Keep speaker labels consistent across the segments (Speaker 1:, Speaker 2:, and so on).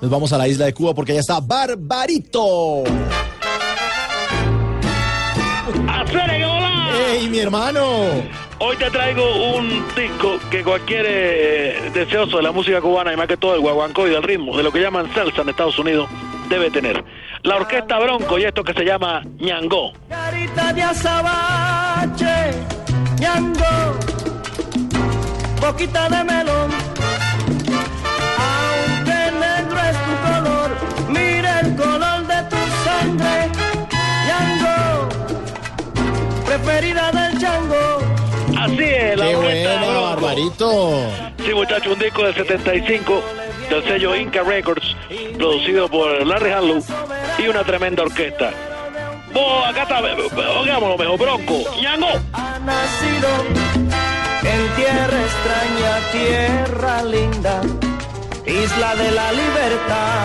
Speaker 1: Nos vamos a la isla de Cuba porque allá está Barbarito.
Speaker 2: ¡Hacer hola!
Speaker 1: ¡Ey, mi hermano!
Speaker 2: Hoy te traigo un disco que cualquier eh, deseoso de la música cubana, y más que todo del guaguancó y del ritmo, de lo que llaman salsa en Estados Unidos, debe tener. La orquesta Bronco y esto que se llama Ñangó.
Speaker 3: Carita de azabache, ñango, boquita de melón. Aunque negro es tu color, mira el color de tu sangre, ñango, preferida del chango.
Speaker 2: Así es, la
Speaker 1: ¡Qué
Speaker 2: orquesta
Speaker 1: bueno,
Speaker 2: Bronco.
Speaker 1: Barbarito!
Speaker 2: Sí, muchachos, un disco del 75 del sello Inca Records, producido por Larry Harlow y una tremenda orquesta. Vos, acá está, eh, oigámoslo mejor, Bronco, Ñangó.
Speaker 3: Ha nacido en tierra extraña, tierra linda, isla de la libertad.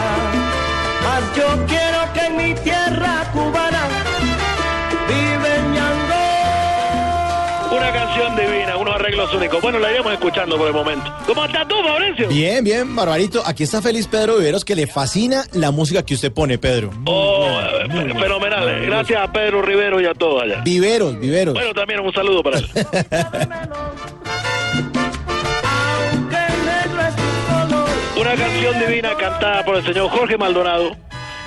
Speaker 3: Mas yo quiero que en mi tierra cubana vive el ñango.
Speaker 2: Una canción divina, unos arreglos únicos. Bueno, la iremos escuchando por el momento. ¿Cómo estás tú, Mauricio?
Speaker 1: Bien, bien, Barbarito. Aquí está feliz Pedro Viveros que le fascina la música que usted pone, Pedro.
Speaker 2: Oh, eh, fe- fenomenal. Eh, Gracias a Pedro Rivero y a todos allá.
Speaker 1: Viveros, Viveros.
Speaker 2: Bueno, también un saludo para él.
Speaker 3: Aunque el negro es tu color,
Speaker 2: Una canción divina cantada por el señor Jorge Maldonado,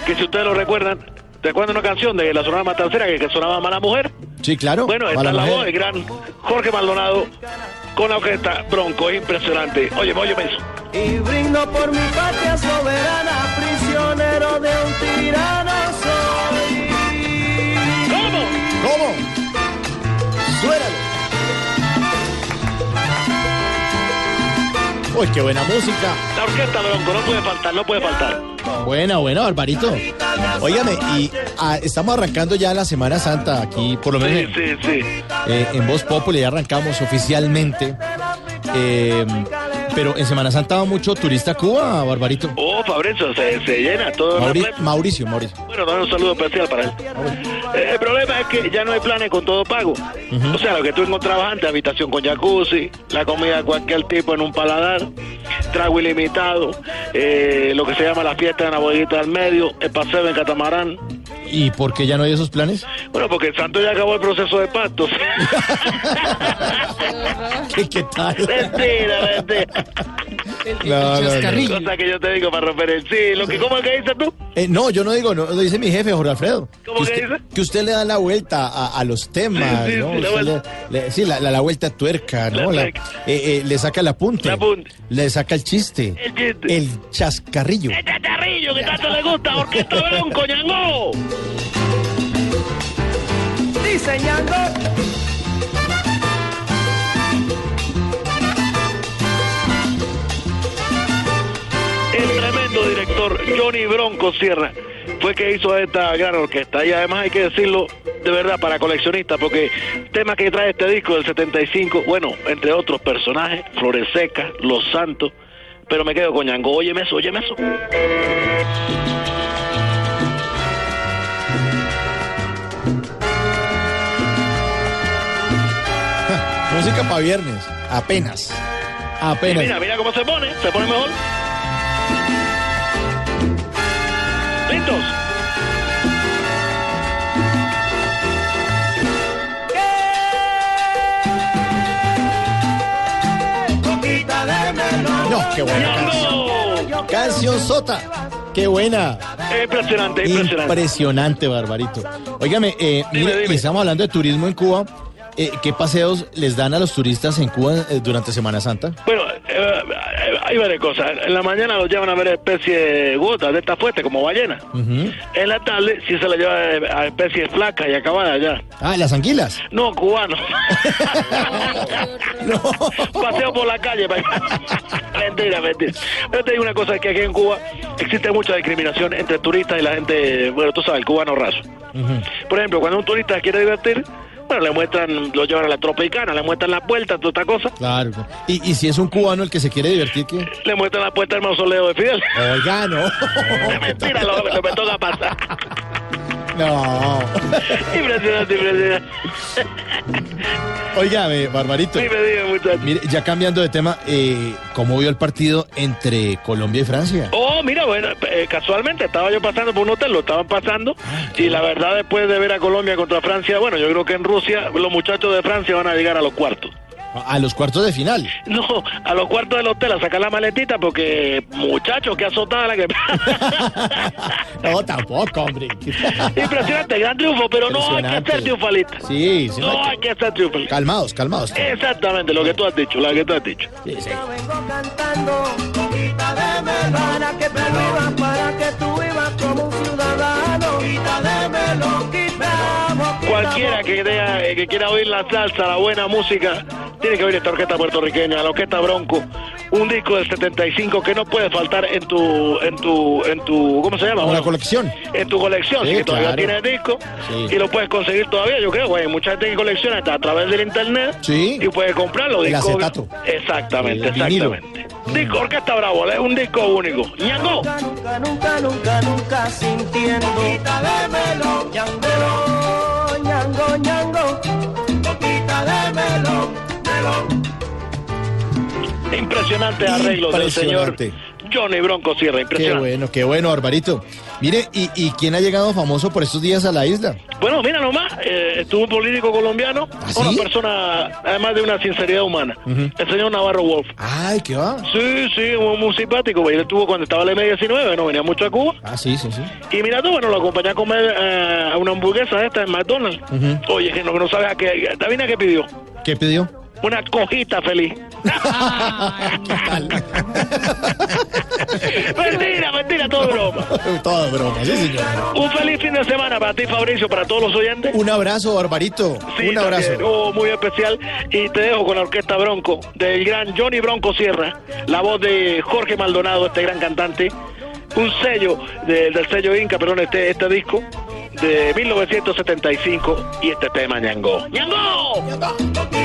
Speaker 2: que si ustedes lo recuerdan, ¿recuerdan una canción de la Sonora Matancera que, que sonaba Mala Mujer?
Speaker 1: Sí, claro.
Speaker 2: Bueno, esta
Speaker 1: Mala
Speaker 2: es la
Speaker 1: mujer.
Speaker 2: voz del gran Jorge Maldonado con la orquesta Bronco. Es impresionante. Oye, oye, eso.
Speaker 3: y brindo por mi patria soberana, prisionero de un tirano soy.
Speaker 2: ¿Cómo?
Speaker 1: ¿Cómo? ¡Suéralo! ¡Uy, qué buena música!
Speaker 2: La orquesta Bronco, no puede faltar, no puede faltar.
Speaker 1: Buena, buena, Barbarito. Óigame, y ah, estamos arrancando ya la Semana Santa aquí, por lo menos
Speaker 2: Sí,
Speaker 1: en-
Speaker 2: sí, sí.
Speaker 1: eh, en Voz Populi ya arrancamos oficialmente. Eh, pero en Semana Santa va mucho turista a Cuba, Barbarito.
Speaker 2: Oh, Fabrizio, se, se llena todo. el
Speaker 1: Mauri- Mauricio, Mauricio.
Speaker 2: Bueno, también un saludo especial para él. Eh, el problema es que ya no hay planes con todo pago. O sea, lo que tú encontrabas antes, habitación con jacuzzi, la comida de cualquier tipo en un paladar, trago ilimitado, eh, lo que se llama la fiesta en la bodeguita del medio, el paseo en catamarán.
Speaker 1: ¿Y por qué ya no hay esos planes?
Speaker 2: Bueno, porque el santo ya acabó el proceso de pactos.
Speaker 1: ¿Qué, qué tal?
Speaker 2: mentira, mentira.
Speaker 1: No, no, no.
Speaker 2: Cosa que yo te digo para romper el sí. Lo que, ¿Cómo es que dices tú?
Speaker 1: Eh, no, yo no digo, no, lo dice mi jefe, Jorge Alfredo.
Speaker 2: ¿Cómo
Speaker 1: que
Speaker 2: que
Speaker 1: usted,
Speaker 2: dice?
Speaker 1: que usted le da la vuelta a, a los temas,
Speaker 2: Sí, sí,
Speaker 1: ¿no?
Speaker 2: sí, la
Speaker 1: Usted
Speaker 2: vuelta.
Speaker 1: le- le- sí, la, la- la vuelta tuerca,
Speaker 2: La
Speaker 1: ¿no? La-
Speaker 2: tuerca.
Speaker 1: eh, eh, le saca el apunte.
Speaker 2: El apunte.
Speaker 1: Le saca el chiste.
Speaker 2: El chiste.
Speaker 1: El chascarrillo.
Speaker 2: ¡Este charrillo que tanto le gusta! ¡Orquesta Bronco, Ñangó!
Speaker 3: Dice ñango.
Speaker 2: El tremendo director Johnny Bronco Sierra fue que hizo esta gran orquesta. Y además hay que decirlo de verdad para coleccionistas, porque temas que trae este disco del 75, bueno, entre otros personajes, Floreseca, Los Santos, pero me quedo con Ñango. Óyeme eso, óyeme eso.
Speaker 1: Música para viernes. Apenas. Apenas.
Speaker 2: Mira, mira cómo se pone, se pone mejor. ¿Listos?
Speaker 3: Boquita de melón.
Speaker 1: No, qué buena canción.
Speaker 2: ¡Ñango!
Speaker 1: Canción Sota. Qué buena.
Speaker 2: Impresionante, impresionante.
Speaker 1: Impresionante, Barbarito. Óigame, eh,
Speaker 2: Dime,
Speaker 1: mire,
Speaker 2: dime.
Speaker 1: estamos hablando de turismo en Cuba. Eh, ¿Qué paseos les dan a los turistas en Cuba eh, durante Semana Santa?
Speaker 2: Bueno, eh, eh, hay varias cosas. En la mañana lo llevan a ver especies de gotas de estas fuertes, como ballena. En la tarde sí se la lleva a especies flacas y acabadas ya.
Speaker 1: Ah, las anguilas.
Speaker 2: No, cubanos.
Speaker 1: No.
Speaker 2: Paseo por la calle. pa- mentira, mentira. Pero te digo una cosa, es que aquí en Cuba existe mucha discriminación entre turistas y la gente, bueno, tú sabes, el cubano raso. Por ejemplo, cuando un turista quiere divertir, bueno, le muestran, lo llevan a la tropicana, le muestran la puerta, toda esta cosa,
Speaker 1: Claro. Y, y si es un cubano el que se quiere divertir, ¿qué?
Speaker 2: le muestran la puerta del mausoleo de Fidel.
Speaker 1: Oiga, no.
Speaker 2: mentira, lo, lo me toca pasar.
Speaker 1: No.
Speaker 2: impresionante, impresionante.
Speaker 1: Oígame, Barbarito.
Speaker 2: Sí, me digo, muchachos.
Speaker 1: Mire, ya cambiando de tema, eh, ¿cómo vio el partido entre Colombia y Francia?
Speaker 2: Oh, mira, bueno, eh, casualmente estaba yo pasando por un hotel, lo estaban pasando, y la verdad después de ver a Colombia contra Francia, bueno, yo creo que en Rusia los muchachos de Francia van a llegar a los cuartos.
Speaker 1: A los cuartos de final.
Speaker 2: No, a los cuartos del hotel a sacar la maletita porque, muchachos, qué azotada la que...
Speaker 1: No, tampoco, hombre.
Speaker 2: Impresionante, gran triunfo, pero no hay que
Speaker 1: Impresionante.
Speaker 2: ser triunfalista.
Speaker 1: Sí, sí, no hay
Speaker 2: No
Speaker 1: que-
Speaker 2: hay que ser triunfalista.
Speaker 1: Calmados, calmados.
Speaker 2: Exactamente, lo que tú has dicho, lo que tú has dicho.
Speaker 1: Sí, sí.
Speaker 3: Yo vengo cantando hojita de melón para que tú vivas, para que tú vivas como un ciudadano. Hojita de melón, quitamos,
Speaker 2: Cualquiera que, tenga- eh, que quiera oír la salsa, la buena música, tiene que oír esta orquesta puertorriqueña, la orquesta Bronco, un disco del 75 que no puede faltar en tu, en tu, en tu, ¿cómo se llama?
Speaker 1: Una
Speaker 2: Bueno,
Speaker 1: colección.
Speaker 2: En tu colección,
Speaker 1: Sí,
Speaker 2: si todavía
Speaker 1: claro.
Speaker 2: tienes el disco
Speaker 1: Sí.
Speaker 2: y lo puedes conseguir todavía, yo creo, güey, hay mucha gente que colecciona hasta a través del internet
Speaker 1: Sí.
Speaker 2: y puedes comprarlo.
Speaker 1: El
Speaker 2: disco-
Speaker 1: acetato.
Speaker 2: Exactamente,
Speaker 1: El vinilo. Mm.
Speaker 2: exactamente. Disco Orquesta Bravo, es un disco único. ¡Ñango!
Speaker 3: Nunca, nunca, nunca, nunca, nunca sintiendo. Hojita de melón, ñango, ñango, ñango. Hojita de melón, melón.
Speaker 2: Impresionante arreglo del señor
Speaker 1: Impresionante.
Speaker 2: Johnny Bronco Sierra,
Speaker 1: Qué
Speaker 2: impresionante.
Speaker 1: bueno, qué bueno, Barbarito. Mire, ¿y, y quién ha llegado famoso por estos días a la isla?
Speaker 2: Bueno, mira nomás, eh, estuvo un político colombiano,
Speaker 1: ¿Ah, sí?
Speaker 2: una persona, además de una sinceridad humana, el señor Navarro Wolf.
Speaker 1: Ay, ¿qué va?
Speaker 2: Sí, sí, muy, muy simpático, güey. él estuvo cuando estaba la M19, no venía mucho a Cuba.
Speaker 1: Ah, sí, sí, sí.
Speaker 2: Y mira tú, bueno, lo acompañé a comer eh, a una hamburguesa de esta en McDonald's. Oye, que no, no sabes a qué, Davina qué pidió,
Speaker 1: ¿Qué pidió?
Speaker 2: una cojita feliz.
Speaker 1: ¿Qué tal?
Speaker 2: mentira, mentira, todo broma.
Speaker 1: Todo broma, sí, señor.
Speaker 2: Un feliz fin de semana para ti, Fabricio, para todos los oyentes.
Speaker 1: Un abrazo, Barbarito.
Speaker 2: Sí,
Speaker 1: Un abrazo.
Speaker 2: también, oh, muy especial. Y te dejo con la orquesta Bronco, del gran Johnny Bronco Sierra, la voz de Jorge Maldonado, este gran cantante. Un sello de- del sello Inca, perdón, este, este disco de 1975 y este tema Ñango. ¡Ñango!
Speaker 3: Hojita